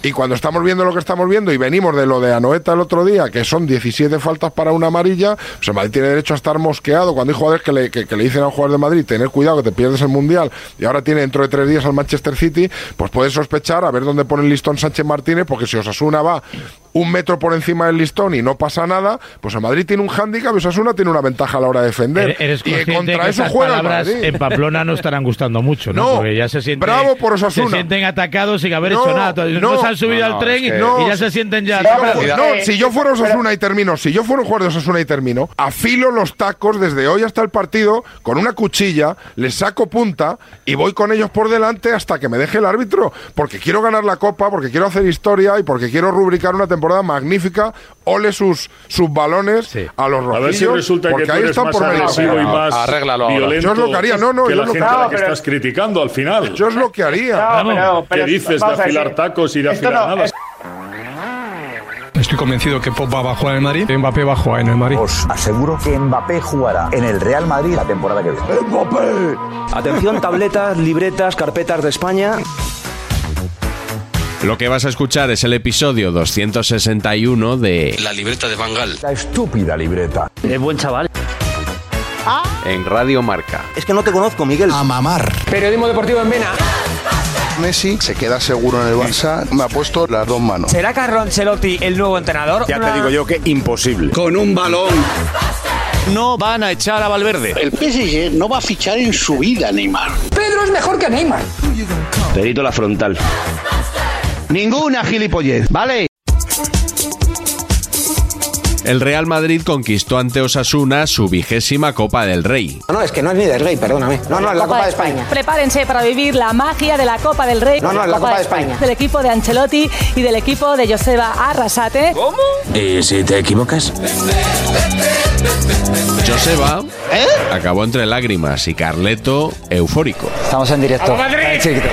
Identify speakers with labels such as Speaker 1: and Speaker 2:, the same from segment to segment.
Speaker 1: Y cuando estamos viendo lo que estamos viendo y venimos de lo de Anoeta el otro día, que son 17 faltas para una amarilla, pues el Madrid tiene derecho a estar mosqueado cuando hay jugadores que le, que, que le dicen a un jugador de Madrid, tener cuidado que te pierdes el Mundial, y ahora tiene dentro de tres días al Manchester City, pues puedes sospechar a ver dónde pone el listón Sánchez Martínez, porque si Osasuna va un metro por encima del listón y no pasa nada, pues el Madrid tiene un hándicap y Osasuna tiene una ventaja a la hora de defender.
Speaker 2: Eres
Speaker 1: y
Speaker 2: consciente
Speaker 1: contra
Speaker 2: que
Speaker 1: eso
Speaker 2: esas
Speaker 1: juega el
Speaker 2: palabras
Speaker 1: Madrid.
Speaker 2: en Pamplona no estarán gustando mucho, ¿no?
Speaker 1: No,
Speaker 2: Porque ya se sienten,
Speaker 1: bravo por Osasuna.
Speaker 2: se sienten atacados sin haber
Speaker 1: No,
Speaker 2: hecho nada. No,
Speaker 1: no.
Speaker 2: se han subido
Speaker 3: No,
Speaker 2: al
Speaker 3: no,
Speaker 2: tren
Speaker 3: es
Speaker 2: y-
Speaker 3: que-
Speaker 2: y ya se sienten ya.
Speaker 1: Si
Speaker 3: No,
Speaker 1: yo
Speaker 3: pero-
Speaker 1: fu-
Speaker 3: cuidado.
Speaker 1: no,
Speaker 3: Eh,
Speaker 1: si yo fuera Osasuna y termino, si yo fuera un jugador de Osasuna y termino, afilo los tacos desde hoy hasta el partido con una cuchilla, les saco punta y voy con ellos por delante hasta que me deje el árbitro, porque quiero ganar la copa, porque quiero hacer historia y porque quiero rubricar una temporada magnífica. Ole sus, sus balones
Speaker 2: Sí.
Speaker 1: a los
Speaker 4: A
Speaker 1: rojillos,
Speaker 4: ver si resulta que
Speaker 1: porque
Speaker 4: tú
Speaker 1: ahí
Speaker 4: eres
Speaker 1: están
Speaker 4: más
Speaker 1: por
Speaker 4: agresivo
Speaker 1: mérito.
Speaker 4: y
Speaker 3: No,
Speaker 4: más
Speaker 3: arréglalo ahora.
Speaker 4: violento
Speaker 1: Yo es lo que haría, no, no,
Speaker 4: que
Speaker 1: yo
Speaker 4: la
Speaker 1: es lo
Speaker 4: gente
Speaker 1: que
Speaker 4: a la
Speaker 1: haría.
Speaker 4: que estás criticando al final.
Speaker 1: Yo es lo que haría.
Speaker 2: Ramón,
Speaker 4: ¿Qué dices de
Speaker 5: vamos a ver,
Speaker 4: afilar
Speaker 5: sí.
Speaker 4: tacos y de
Speaker 5: Esto
Speaker 4: afilar
Speaker 5: no,
Speaker 4: nada?
Speaker 5: es-
Speaker 6: Estoy convencido que Pogba va a jugar en el Madrid, Mbappé va a jugar en el Madrid.
Speaker 7: Os aseguro que Mbappé jugará en el Real Madrid la temporada que viene. ¡Mbappé! Atención, tabletas, libretas, carpetas de España.
Speaker 3: Lo que vas a escuchar es el episodio 261 de La libreta de Bangal
Speaker 7: La estúpida libreta.
Speaker 8: Es buen chaval.
Speaker 3: en Radio Marca.
Speaker 7: Es que no te conozco, Miguel. A mamar.
Speaker 5: Periodismo deportivo en Vena.
Speaker 9: Messi se queda seguro en el Barça. Me ha puesto las dos manos.
Speaker 5: ¿Será Carlo Ancelotti el nuevo entrenador?
Speaker 7: Ya te digo yo que imposible.
Speaker 6: Con un balón. No van a echar a Valverde.
Speaker 9: El PSG no va a fichar en su vida, Neymar.
Speaker 5: Pedro es mejor que Neymar.
Speaker 7: Perito la frontal. Ninguna gilipollez, ¿vale?
Speaker 3: El Real Madrid conquistó ante Osasuna su vigésima Copa del Rey.
Speaker 7: No, es que no es ni del Rey, perdóname. No, no, es la Copa de España.
Speaker 10: Prepárense para vivir la magia de la Copa del Rey.
Speaker 7: No, no, es la Copa de España.
Speaker 10: Del equipo de Ancelotti y del equipo de Joseba Arrasate.
Speaker 7: ¿Y Eh, si te equivocas?
Speaker 3: Joseba acabó entre lágrimas y Carleto eufórico.
Speaker 7: Estamos en directo. Eh, chiquito.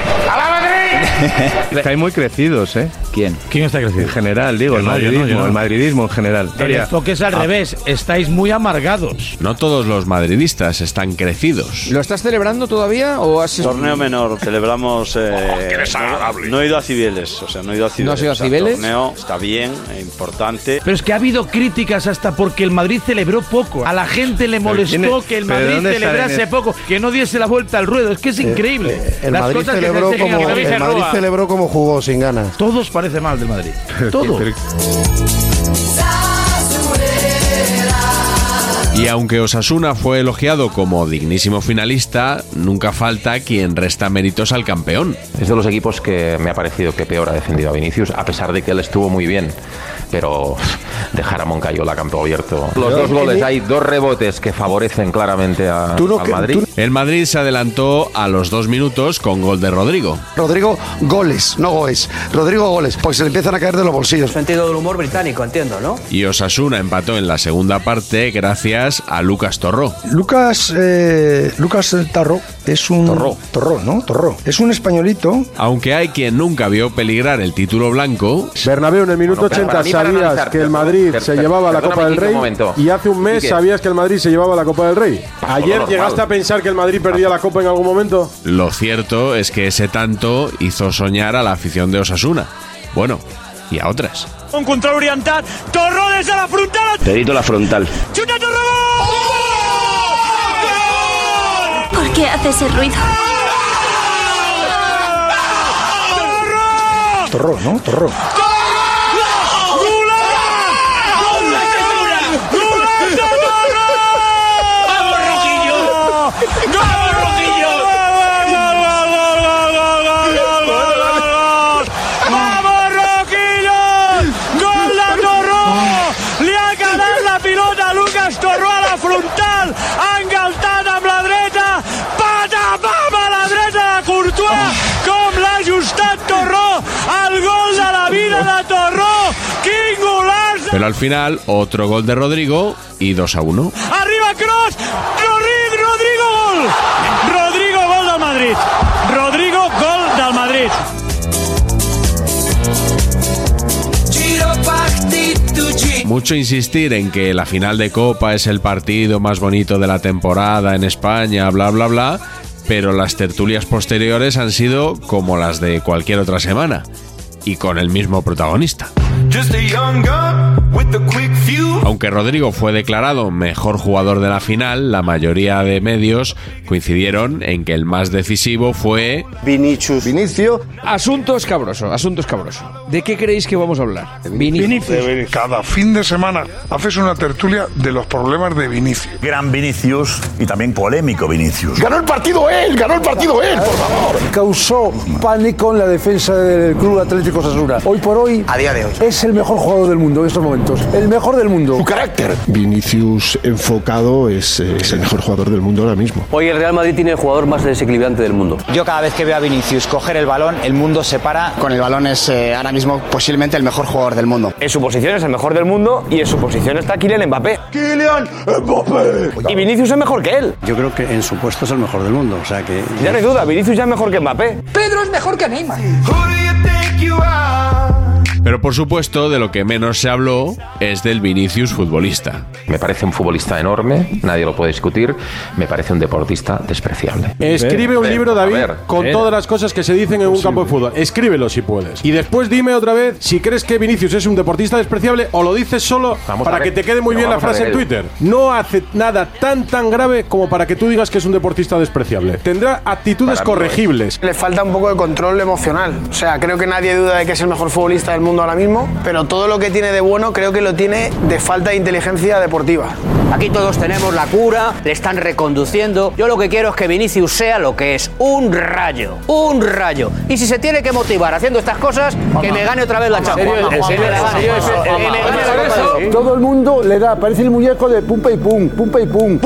Speaker 6: Estáis muy crecidos, ¿eh? ¿Quién?
Speaker 2: ¿Quién está creciendo?
Speaker 6: En general, digo,
Speaker 2: Yo
Speaker 6: el
Speaker 2: no, yo no, yo
Speaker 6: madridismo,
Speaker 2: no.
Speaker 6: el madridismo en general.
Speaker 2: El enfoque es al
Speaker 3: Ah.
Speaker 2: revés. Estáis muy amargados.
Speaker 3: No todos los madridistas están crecidos.
Speaker 6: ¿Lo estás celebrando todavía o has
Speaker 7: Torneo menor, celebramos. eh,
Speaker 1: qué desagradable.
Speaker 7: no, no he ido a Cibeles, o sea, no he ido a Cibeles.
Speaker 6: ¿No has ido a
Speaker 7: O sea,
Speaker 6: Cibeles?
Speaker 7: torneo está bien, eh, importante.
Speaker 2: Pero es que ha habido críticas hasta porque el Madrid celebró poco. A la gente le molestó
Speaker 6: ¿quién es-
Speaker 2: que el
Speaker 6: pero
Speaker 2: Madrid
Speaker 6: dónde salen
Speaker 2: celebrase
Speaker 6: es-
Speaker 2: poco, que no diese la vuelta al ruedo. Es que es increíble.
Speaker 9: Eh, El
Speaker 2: Las
Speaker 9: Madrid,
Speaker 2: cosas que se
Speaker 9: celebró
Speaker 2: hacen,
Speaker 9: como,
Speaker 2: que no se
Speaker 9: el Madrid
Speaker 2: roba.
Speaker 9: celebró como jugó, sin ganas.
Speaker 2: Todos parece mal del Madrid. Todo.
Speaker 3: Y aunque Osasuna fue elogiado como dignísimo finalista, nunca falta quien resta méritos al campeón.
Speaker 6: Es de los equipos que me ha parecido que peor ha defendido a Vinicius, a pesar de que él estuvo muy bien. Pero dejar a Moncayola a campo abierto. Los dos goles, hay dos rebotes que favorecen claramente a,
Speaker 9: Tú no
Speaker 6: al
Speaker 9: que-
Speaker 6: Madrid.
Speaker 9: tú
Speaker 3: El Madrid se adelantó a los dos minutos con gol de Rodrigo.
Speaker 9: Rodrigo, goles, no goes. Rodrigo, goles, porque se le empiezan a caer de los bolsillos.
Speaker 5: Sentido del humor británico, entiendo, ¿no?
Speaker 3: Y Osasuna empató en la segunda parte gracias a Lucas Torró.
Speaker 9: Lucas, eh, Lucas Tarro es un. Torró. ¿no? Torró. Es un españolito.
Speaker 3: Aunque hay quien nunca vio peligrar el título blanco,
Speaker 9: Bernabéu, en el minuto
Speaker 6: Bueno, pero para
Speaker 9: 80
Speaker 6: mí, para
Speaker 9: sabías
Speaker 6: analizar,
Speaker 9: que el
Speaker 6: perdón,
Speaker 9: Madrid
Speaker 6: per-
Speaker 9: se
Speaker 6: per-
Speaker 9: llevaba la Copa
Speaker 6: perdóname,
Speaker 9: del
Speaker 6: quince
Speaker 9: Rey
Speaker 6: momento.
Speaker 9: y hace un mes
Speaker 6: Quique.
Speaker 9: sabías que el Madrid se llevaba la Copa del Rey.
Speaker 6: Pasó lo
Speaker 9: ¿Ayer
Speaker 6: normal.
Speaker 9: llegaste a pensar que el Madrid perdía la Copa en algún momento?
Speaker 3: lo cierto es que ese tanto hizo soñar a la afición de Osasuna. Bueno, y a otras.
Speaker 5: Un control oriental. Torro desde la frontal.
Speaker 7: Perito la frontal.
Speaker 5: ¡Chuta Torro!
Speaker 11: ¿Por qué hace ese ruido?
Speaker 12: Torró, ¿no? Torró.
Speaker 5: ¡Vamos, Roquillo! ¡Gol de Torró! ¡Le ha ganado la pilota a Lucas Torró a la frontal! ¡Ha engaltat amb la dreta! Patapam a la dreta de Courtois! Com l'ha ajustat Torró! El gol de la vida de Torró! ¡Quin golaç!
Speaker 3: Pero al final, otro gol de Rodrigo y 2 a 1.
Speaker 5: Arriba Cross, Rodrigo, Rodrigo gol. Rodrigo gol del Madrid. Rodrigo gol del Madrid.
Speaker 3: Mucho insistir en que la final de Copa es el partido más bonito de la temporada en España, bla, bla, bla, pero las tertulias posteriores han sido como las de cualquier otra semana y con el mismo protagonista.
Speaker 13: Just a young gun with a quick fuse.
Speaker 3: Aunque Rodrigo fue declarado mejor jugador de la final, la mayoría de medios coincidieron en que el más decisivo fue...
Speaker 14: Vinicius. Vinicio. Asunto escabroso, asunto escabroso. ¿De qué creéis que vamos a hablar?
Speaker 1: Cada fin de semana haces una tertulia de los problemas de Vinicius. Gran Vinicius y también polémico Vinicius.
Speaker 4: Ganó el partido él, ganó el partido él, por favor. Causó pánico en la defensa del Club Atlético Sasuna. Hoy por hoy, a día de hoy, es el mejor jugador del mundo en estos momentos. El mejor del mundo. Su carácter.
Speaker 15: Vinicius enfocado es, eh, es el mejor jugador del mundo ahora mismo.
Speaker 16: Hoy el Real Madrid tiene el jugador más desequilibrante del mundo.
Speaker 17: Yo cada vez que veo a Vinicius coger el balón, el mundo se para. Con el balón es eh, ahora mismo posiblemente el mejor jugador del mundo.
Speaker 5: En su posición es el mejor del mundo y en su posición está Kylian Mbappé.
Speaker 17: Kylian
Speaker 5: Mbappé. Y Vinicius es mejor que él.
Speaker 18: Yo creo que en su puesto es el mejor del mundo, o sea que...
Speaker 5: Ya no hay duda, Vinicius ya es mejor que Mbappé.
Speaker 19: Pedro es mejor que Neymar.
Speaker 3: Pero por supuesto, de lo que menos se habló es del Vinicius futbolista.
Speaker 20: Me parece un futbolista enorme, nadie lo puede discutir. Me parece un deportista despreciable.
Speaker 9: Escribe un
Speaker 20: Ver,
Speaker 9: libro,
Speaker 20: a
Speaker 9: David,
Speaker 20: ver. eh.
Speaker 9: con
Speaker 20: Ver.
Speaker 9: todas las cosas que se dicen en un campo de fútbol. Escríbelo si puedes. Y después dime otra vez si crees que Vinicius es un deportista despreciable o lo dices solo
Speaker 20: Vamos a
Speaker 9: para
Speaker 20: ver.
Speaker 9: que te quede muy
Speaker 20: No,
Speaker 9: bien la
Speaker 20: vamos a
Speaker 9: frase en
Speaker 20: ver.
Speaker 9: Twitter. No hace nada tan tan grave como para que tú digas que es un deportista despreciable. Tendrá actitudes
Speaker 21: Para mí no es.
Speaker 9: corregibles.
Speaker 21: Le falta un poco de control emocional. O sea, creo que nadie duda de que es el mejor futbolista del mundo ahora mismo, pero todo lo que tiene de bueno creo que lo tiene de falta de inteligencia deportiva.
Speaker 7: Aquí todos tenemos la cura, le están reconduciendo. Yo lo que quiero es que Vinicius sea lo que es, un rayo, un rayo. Y si se tiene que motivar haciendo estas cosas, que me gane otra vez la Champions.
Speaker 9: Eh,
Speaker 4: Todo el mundo le da, parece el muñeco de pumpa y pum, pumpa y pum.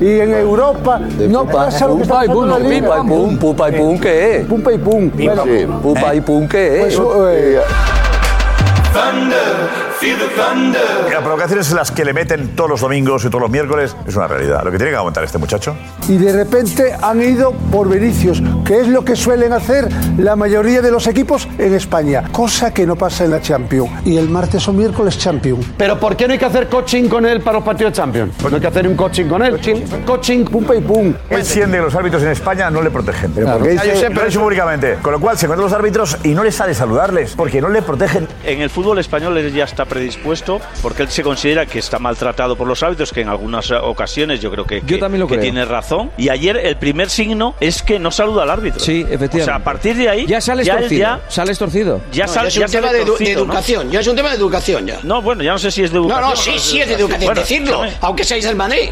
Speaker 4: Y en Europa no pasa lo que está
Speaker 22: Pumpa y pum,
Speaker 4: pasando
Speaker 22: no,
Speaker 4: en la liga.
Speaker 22: pipa y pum, pupa y pum, ¿qué es?
Speaker 4: Pumpa y pum.
Speaker 22: Pipa,
Speaker 4: Bueno,
Speaker 22: sí, pupa y pum, ¿qué es?
Speaker 4: Pues, eh,
Speaker 23: Las provocaciones en las que le meten todos los domingos y todos los miércoles es una realidad. Lo que tiene que aguantar este muchacho.
Speaker 4: y de repente han ido por Vinicius, que es lo que suelen hacer la mayoría de los equipos en España, cosa que no pasa en la Champions. Y el martes o miércoles Champions.
Speaker 22: Pero ¿por qué no hay que hacer coaching con él para los partidos Champions? Pues no hay que hacer un coaching con él. Coaching,
Speaker 4: pumpa y pum.
Speaker 23: Él siente que los árbitros en España no le protegen. Pero
Speaker 22: ¿por qué
Speaker 23: Ya, yo
Speaker 22: dice-
Speaker 23: sé, pero lo ha dicho públicamente. Con lo cual se encuentra los árbitros y no le sale saludarles porque no le protegen.
Speaker 2: En el fútbol español él ya está predispuesto porque él se considera que está maltratado por los árbitros, que en algunas eh, ocasiones yo creo que, que- que
Speaker 7: creo.
Speaker 2: tiene razón. Y ayer el primer signo es que no saluda al árbitro.
Speaker 7: Sí, efectivamente.
Speaker 2: O sea, a partir de ahí
Speaker 7: Ya sales
Speaker 2: él
Speaker 7: torcido.
Speaker 2: ya-
Speaker 7: sales torcido.
Speaker 2: ya
Speaker 7: No,
Speaker 2: sal-
Speaker 7: es un
Speaker 2: ya sale
Speaker 7: tema de, edu- de
Speaker 2: torcido, ¿no?
Speaker 7: educación. Ya es un tema de educación ya.
Speaker 2: No, bueno, ya no sé si es de
Speaker 7: No,
Speaker 2: educación.
Speaker 7: no,
Speaker 2: o
Speaker 7: sí,
Speaker 2: es de
Speaker 7: sí es de educación.
Speaker 2: Bueno,
Speaker 7: Decirlo,
Speaker 2: escúchame.
Speaker 7: aunque seáis del Madrid.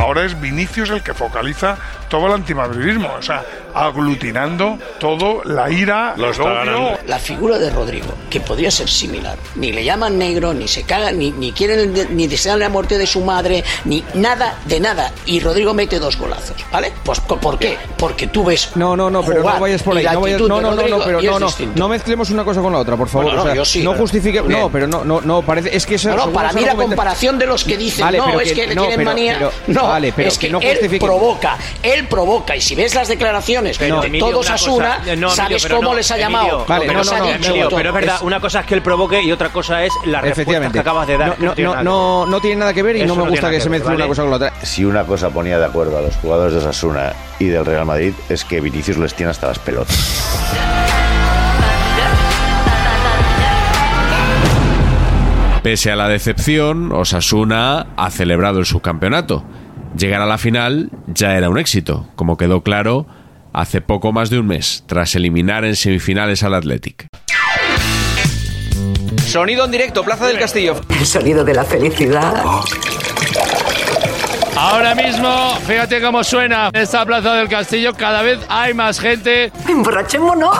Speaker 1: Ahora es Vinicius el que focaliza todo el antimadridismo, o sea, aglutinando todo la ira, el odio.
Speaker 7: La figura de Rodrigo, que podría ser similar, ni le llaman negro, ni se cagan, ni, ni quieren, el- ni desean la muerte de su madre, ni nada de nada. Y Rodrigo mete dos golazos, ¿vale? Pues co- ¿por qué? Porque tú ves.
Speaker 14: No, no, no, pero no
Speaker 7: jugar
Speaker 14: vayas por
Speaker 7: y
Speaker 14: ahí.
Speaker 7: la
Speaker 14: No, vayas-
Speaker 7: actitud
Speaker 14: no,
Speaker 7: de
Speaker 14: no, no, no,
Speaker 7: Rodrigo,
Speaker 14: pero
Speaker 7: y es
Speaker 14: no, no,
Speaker 7: distinto.
Speaker 14: no mezclemos una cosa con la otra, por favor.
Speaker 7: Bueno, no,
Speaker 14: o sea,
Speaker 7: yo sí,
Speaker 14: no
Speaker 7: claro.
Speaker 14: justifique.
Speaker 7: Bien.
Speaker 14: No, pero no, no, no, parece. Es que eso-
Speaker 7: No, no,
Speaker 14: según
Speaker 7: para
Speaker 14: los
Speaker 7: mí la
Speaker 14: argumentos-
Speaker 7: comparación de los que dicen,
Speaker 14: Vale,
Speaker 7: no,
Speaker 14: pero
Speaker 7: es que le
Speaker 14: no,
Speaker 7: tienen
Speaker 14: pero-
Speaker 7: manía.
Speaker 14: pero-
Speaker 7: no,
Speaker 14: vale, pero
Speaker 7: es que,
Speaker 14: no
Speaker 7: él
Speaker 14: justifiquen.
Speaker 7: provoca, él provoca. Y si ves las declaraciones
Speaker 24: Pero,
Speaker 7: de
Speaker 24: Emilio,
Speaker 7: todos
Speaker 24: una
Speaker 7: a Asuna,
Speaker 24: cosa- no, Emilio,
Speaker 7: sabes
Speaker 24: pero
Speaker 7: cómo
Speaker 24: no,
Speaker 7: les ha
Speaker 24: Emilio,
Speaker 7: llamado.
Speaker 24: Vale,
Speaker 7: lo que
Speaker 24: no,
Speaker 7: les
Speaker 24: no,
Speaker 7: ha
Speaker 24: no,
Speaker 7: dicho.
Speaker 24: Emilio, pero es verdad,
Speaker 7: Es-
Speaker 24: una cosa es que él provoque y otra cosa es la respuesta que acabas de dar. que
Speaker 14: No, no,
Speaker 24: tiene
Speaker 14: no,
Speaker 24: nada
Speaker 14: no, no tiene nada que ver y
Speaker 24: Eso
Speaker 14: no me
Speaker 24: no
Speaker 14: gusta que,
Speaker 24: tiene nada
Speaker 14: se
Speaker 24: que ver,
Speaker 14: mezcle una
Speaker 24: ¿vale?
Speaker 14: cosa con la otra.
Speaker 25: Si una cosa ponía de acuerdo a los jugadores de Osasuna y del Real Madrid es que Vinicius les tiene hasta las pelotas.
Speaker 3: Pese a la decepción, Osasuna ha celebrado el subcampeonato. Llegar a la final ya era un éxito, como quedó claro hace poco más de un mes, tras eliminar en semifinales al Athletic.
Speaker 2: Sonido en directo, Plaza del Castillo.
Speaker 8: El sonido de la felicidad.
Speaker 26: Ahora mismo, fíjate cómo suena esta plaza del castillo, cada vez hay más gente.
Speaker 8: Emborrachémonos.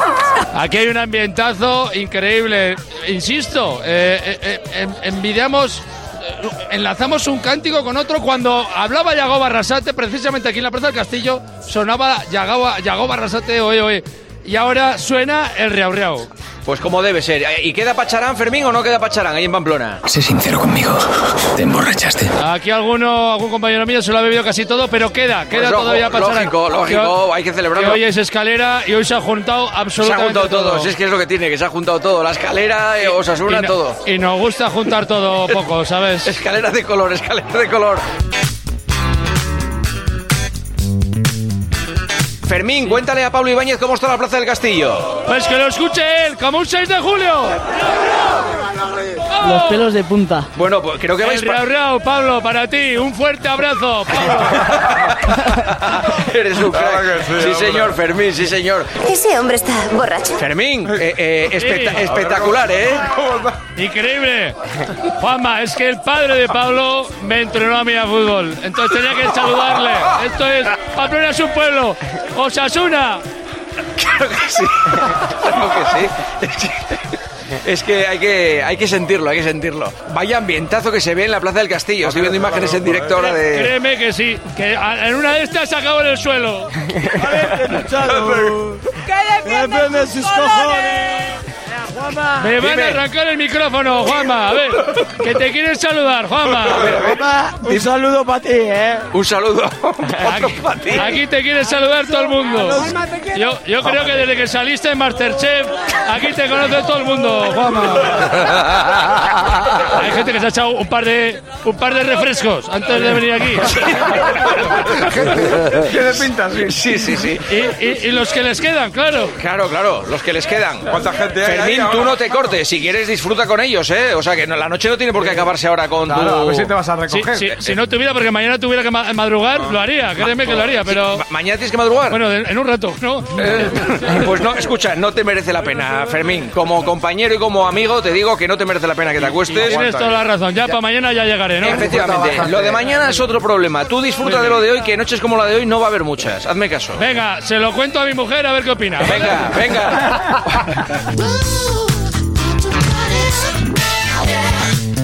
Speaker 26: Aquí hay un ambientazo increíble. Insisto, eh, eh, eh, en- envidiamos, eh, enlazamos un cántico con otro. Cuando hablaba Yago Barrasate, precisamente aquí en la plaza del castillo, sonaba Yago, Yago Barrasate oe oe. Y ahora suena el riau riau.
Speaker 2: Pues como debe ser. ¿Y queda Pacharán, Fermín, o no queda Pacharán ahí en Pamplona?
Speaker 8: Sé sincero conmigo. Te emborrachaste.
Speaker 26: Aquí alguno, algún compañero mío se lo ha bebido casi todo, pero queda, queda
Speaker 2: Pues ojo,
Speaker 26: todavía para
Speaker 2: lógico, lógico, hay que celebrarlo.
Speaker 26: hoy es escalera y hoy se ha juntado
Speaker 2: Se ha
Speaker 26: absolutamente
Speaker 2: juntado todo.
Speaker 26: todo.
Speaker 2: si es que es lo que tiene, que se ha juntado todo. La escalera, eh, Osasuna,
Speaker 26: y no-
Speaker 2: todo.
Speaker 26: Y nos gusta juntar todo poco, ¿sabes?
Speaker 2: Escalera de color, escalera de color. Fermín, cuéntale a Pablo Ibáñez cómo está la Plaza del Castillo.
Speaker 26: Pues que lo escuche él, como un 6 de julio.
Speaker 2: Los pelos de punta. Bueno, pues creo que vais
Speaker 26: El
Speaker 2: pa-
Speaker 26: Riau Riau, Pablo, para ti, un fuerte abrazo.
Speaker 2: Eres un crack. sí, señor, Fermín, sí, señor.
Speaker 8: Ese hombre está borracho.
Speaker 2: Fermín, eh, eh, especta-
Speaker 26: Sí.
Speaker 2: espectacular, ¿eh?
Speaker 26: Increíble. Juanma, es que el padre de Pablo me entrenó a mí a fútbol. Entonces tenía que saludarle. Esto es, Pamplona es un pueblo. Osasuna.
Speaker 2: Claro que sí. Claro que sí. Es que hay, que hay que sentirlo, hay que sentirlo. Vaya ambientazo que se ve en la Plaza del Castillo. Estoy viendo imágenes en directo ahora de...
Speaker 26: Créeme que sí, que a- en una de estas se acabó en el suelo.
Speaker 5: ¡Que defiende sus cojones!
Speaker 26: Me van a
Speaker 5: Dime.
Speaker 26: arrancar el micrófono, Juanma. A ver, que te quieren saludar, Juanma.
Speaker 5: Un saludo para ti, ¿eh?
Speaker 2: Un saludo.
Speaker 26: Aquí te quiere saludar todo el mundo. Yo, yo creo que desde que saliste en Masterchef, aquí te conoce todo el mundo, Juanma. Hay gente que se ha echado un par de, un par de refrescos antes de venir aquí.
Speaker 2: Tiene pinta, sí. Sí, sí, sí.
Speaker 26: Y, y- y los que les quedan, claro.
Speaker 2: Claro, claro, los que les quedan.
Speaker 26: ¿Cuánta gente hay ahí
Speaker 2: Fermín, tú
Speaker 26: ahora?
Speaker 2: no te cortes. Si quieres, disfruta con ellos, ¿eh? O sea, que no- la noche no tiene por qué acabarse ahora con tu...
Speaker 26: Si, si- si no tuviera, porque mañana tuviera que ma- madrugar, lo haría, créeme que lo haría, pero...
Speaker 2: ¿Mañana tienes que madrugar?
Speaker 26: Bueno, de- en un rato, ¿no?
Speaker 2: Eh, Pues no, escucha, no te merece la pena, Fermín. Como compañero y como amigo, te digo que no te merece la pena que te acuestes.
Speaker 26: Tienes toda la razón, ya, para mañana ya llegaré, ¿no?
Speaker 2: Efectivamente, lo de mañana es otro problema. Tú disfruta de lo de hoy, que noches como la de hoy no va a haber muchas. Hazme caso.
Speaker 26: Venga, se lo cuento a mi mujer a ver qué opina.
Speaker 2: Venga, venga.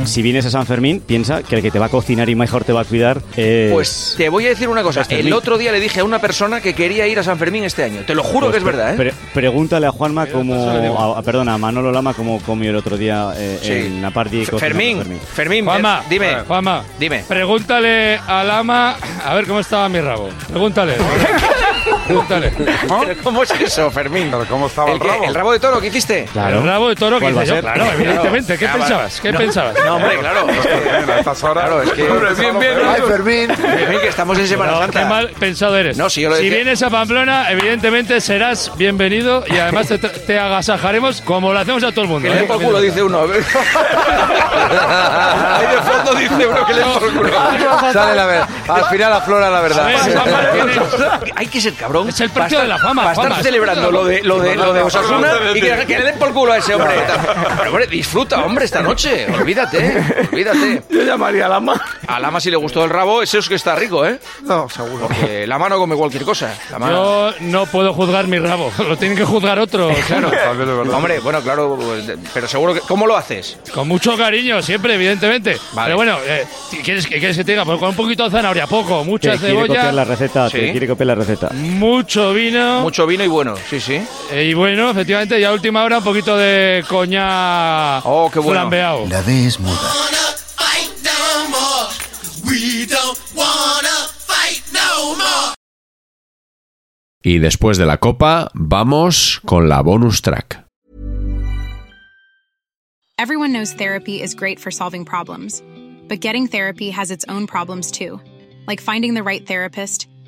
Speaker 6: Si vienes a San Fermín, piensa que el que te va a cocinar y mejor te va a cuidar es...
Speaker 2: Pues te voy a decir una cosa.
Speaker 6: Pues Fermín.
Speaker 2: El otro día le dije a una persona que quería ir a San Fermín este año. Te lo juro
Speaker 6: Pues
Speaker 2: que es
Speaker 6: pre-
Speaker 2: verdad, ¿eh?
Speaker 6: pre- pregúntale a Juanma como...
Speaker 2: persona digo.
Speaker 6: A, a- perdona, a Manolo Lama como comió el otro día eh,
Speaker 2: Sí.
Speaker 6: en la party.
Speaker 2: Fe-
Speaker 6: cocinando
Speaker 2: Fermín, Fermín,
Speaker 26: Juanma,
Speaker 2: eh, dime.
Speaker 26: Juanma,
Speaker 2: dime.
Speaker 26: Pregúntale al ama a ver cómo estaba mi rabo. Pregúntale. Pregúntale.
Speaker 2: ¿Pero ¿Cómo es eso, Fermín? ¿Cómo estaba
Speaker 26: el rabo?
Speaker 2: ¿El rabo de toro que hiciste?
Speaker 26: El rabo de toro que
Speaker 2: ¿Cuál va
Speaker 26: hice
Speaker 2: a
Speaker 26: yo,
Speaker 2: ser?
Speaker 26: claro, evidentemente. ¿Qué
Speaker 2: Ah, vale.
Speaker 26: pensabas? ¿Qué
Speaker 2: No.
Speaker 26: pensabas?
Speaker 2: No, hombre, claro. Es que, a estas horas. Claro, es que. bien, bien. Fermín. Fermín, que estamos en Semana
Speaker 26: No,
Speaker 2: Santa.
Speaker 26: qué mal pensado eres.
Speaker 2: No, si yo lo decía-
Speaker 26: vienes a Pamplona, evidentemente serás bienvenido y además te, te agasajaremos como lo hacemos a todo el mundo. ¿eh?
Speaker 2: Que le den por culo, dice uno. Ahí de fondo dice uno que le den por culo.
Speaker 27: Sale la verdad. Al final aflora la verdad.
Speaker 2: Hay que ser cabrón. Es el
Speaker 27: partido de la fama,
Speaker 2: Para estar
Speaker 27: fama, es el
Speaker 2: celebrando
Speaker 27: partido
Speaker 2: lo
Speaker 27: de
Speaker 2: de,
Speaker 27: la
Speaker 2: lo de,
Speaker 27: fama.
Speaker 2: lo de Osasuna y que, que le den por culo a ese hombre.
Speaker 27: Claro.
Speaker 2: Pero, hombre, disfruta, hombre, esta noche. Olvídate, olvídate. Yo llamaría a Lama. A Lama, si le gustó el rabo, ese es que está rico, ¿eh? No, seguro. Porque Lama no come cualquier cosa. Lama-
Speaker 26: Yo no puedo juzgar mi rabo, lo tienen que juzgar otros.
Speaker 2: Claro, hombre, bueno, claro, pero seguro que. ¿Cómo lo haces?
Speaker 26: Con mucho cariño, siempre, evidentemente. Pero bueno, eh, ¿quieres, que- ¿quieres que te diga? Pues con un poquito de zanahoria, poco, mucha
Speaker 6: Te Eh, quiere copiar la
Speaker 26: cebolla,
Speaker 6: receta, te
Speaker 26: Sí.
Speaker 6: quiere copiar la receta.
Speaker 26: mucho vino.
Speaker 2: Mucho vino y bueno, sí, sí.
Speaker 26: eh, y bueno, efectivamente, ya a última hora un poquito de coña oh,
Speaker 2: qué bueno.
Speaker 26: flambeado.
Speaker 2: La D es muda.
Speaker 3: Y después de la copa, vamos con la bonus track.
Speaker 28: Everyone knows therapy is great for solving problems, but getting therapy has its own problems too, like finding the right therapist,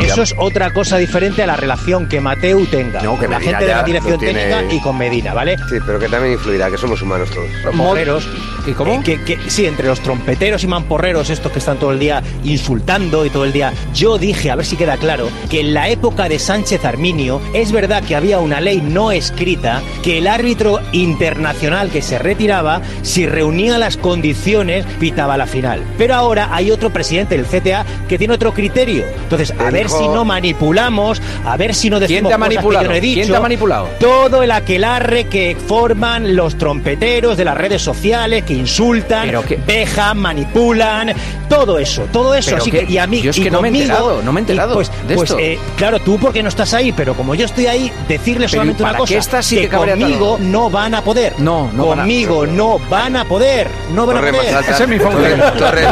Speaker 7: Eso es otra cosa diferente a la relación que Mateu tenga
Speaker 29: No, que
Speaker 7: con la
Speaker 29: Medina
Speaker 7: gente de
Speaker 29: ya
Speaker 7: la dirección
Speaker 29: lo tiene-
Speaker 7: técnica y con Medina, ¿vale?
Speaker 29: Sí, pero que también influirá, que somos humanos todos.
Speaker 7: Los Mamporreros. ¿Y cómo? que, que- sí, entre los trompeteros y mamporreros, estos que están todo el día insultando y todo el día. Yo dije, a ver si queda claro, que en la época de Sánchez Arminio es verdad que había una ley no escrita que el árbitro internacional que se retiraba, si reunía las condiciones, pitaba la final. Pero ahora hay otro presidente del CTA que tiene otro criterio. Entonces, a ver
Speaker 2: Dijo-
Speaker 7: si no manipulamos, a ver si no
Speaker 2: ¿Quién
Speaker 7: decimos
Speaker 2: te ha
Speaker 7: cosas que yo
Speaker 2: manipulado?
Speaker 7: no he
Speaker 2: ¿Quién te
Speaker 7: dicho.
Speaker 2: ha manipulado?
Speaker 7: Todo el aquelarre que forman los trompeteros de las redes sociales, que insultan, vejan, manipulan, todo eso, todo eso.
Speaker 11: ¿Pero
Speaker 7: Así
Speaker 11: qué?
Speaker 7: que, y a mí,
Speaker 11: Yo es
Speaker 7: y
Speaker 11: que no me he
Speaker 7: conmigo-
Speaker 11: enterado, no me he
Speaker 7: y
Speaker 11: enterado
Speaker 7: Pues,
Speaker 11: de
Speaker 7: pues,
Speaker 11: esto.
Speaker 7: eh, claro, tú porque no estás ahí, pero como yo estoy ahí, decirle
Speaker 11: Pero
Speaker 7: solamente
Speaker 11: ¿y
Speaker 7: una
Speaker 11: para
Speaker 7: cosa:
Speaker 11: qué estás si
Speaker 7: que
Speaker 11: te cabrea tanto?
Speaker 7: conmigo no van a poder. No,
Speaker 11: no van a-
Speaker 7: Conmigo no van a poder. No van
Speaker 29: Torre
Speaker 7: a poder.
Speaker 29: más alta. Ese es mi favorito. Torre-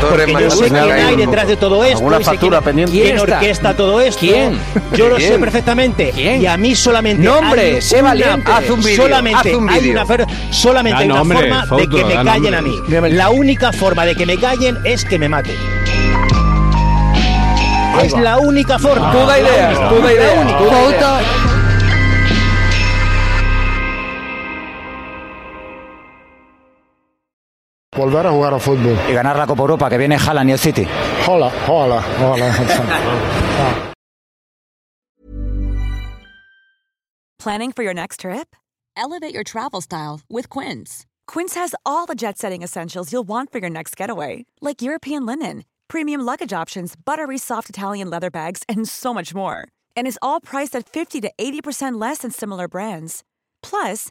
Speaker 29: Torre
Speaker 7: Porque
Speaker 29: más
Speaker 7: yo sé
Speaker 29: alta.
Speaker 7: quién hay detrás de todo esto.
Speaker 29: ¿Alguna
Speaker 7: y sé quién-
Speaker 29: factura pendiente?
Speaker 7: ¿Quién,
Speaker 29: ¿Quién está?
Speaker 7: orquesta todo esto?
Speaker 29: ¿Quién?
Speaker 7: Yo lo
Speaker 29: ¿Quién?
Speaker 7: sé perfectamente. Y a mí solamente.
Speaker 29: Nombre,
Speaker 7: hay
Speaker 29: sé
Speaker 7: una-
Speaker 29: valiente. Haz un vídeo,
Speaker 7: Solamente
Speaker 29: haz un
Speaker 7: hay
Speaker 29: vídeo.
Speaker 7: una fer- solamente
Speaker 29: Da
Speaker 7: hay una
Speaker 29: nombre,
Speaker 7: forma
Speaker 29: Fouto,
Speaker 7: de que me
Speaker 29: da
Speaker 7: callen
Speaker 29: nombre.
Speaker 7: a mí. La única forma de que me callen es que me maten. Es la única forma.
Speaker 2: Tú da ideas, tú da ideas, tú da ideas. Fouto,
Speaker 30: Volver a jugar al fútbol. Y ganar la Copa Europa, que viene Haaland y el City. Hola, hola, hola.
Speaker 10: Planning for your next trip? Elevate your travel style with Quince. Quince has all the jet setting essentials you'll want for your next getaway, like European linen, premium luggage options, buttery soft Italian leather bags, and so much more. And is all priced at 50 to 80% less than similar brands. Plus,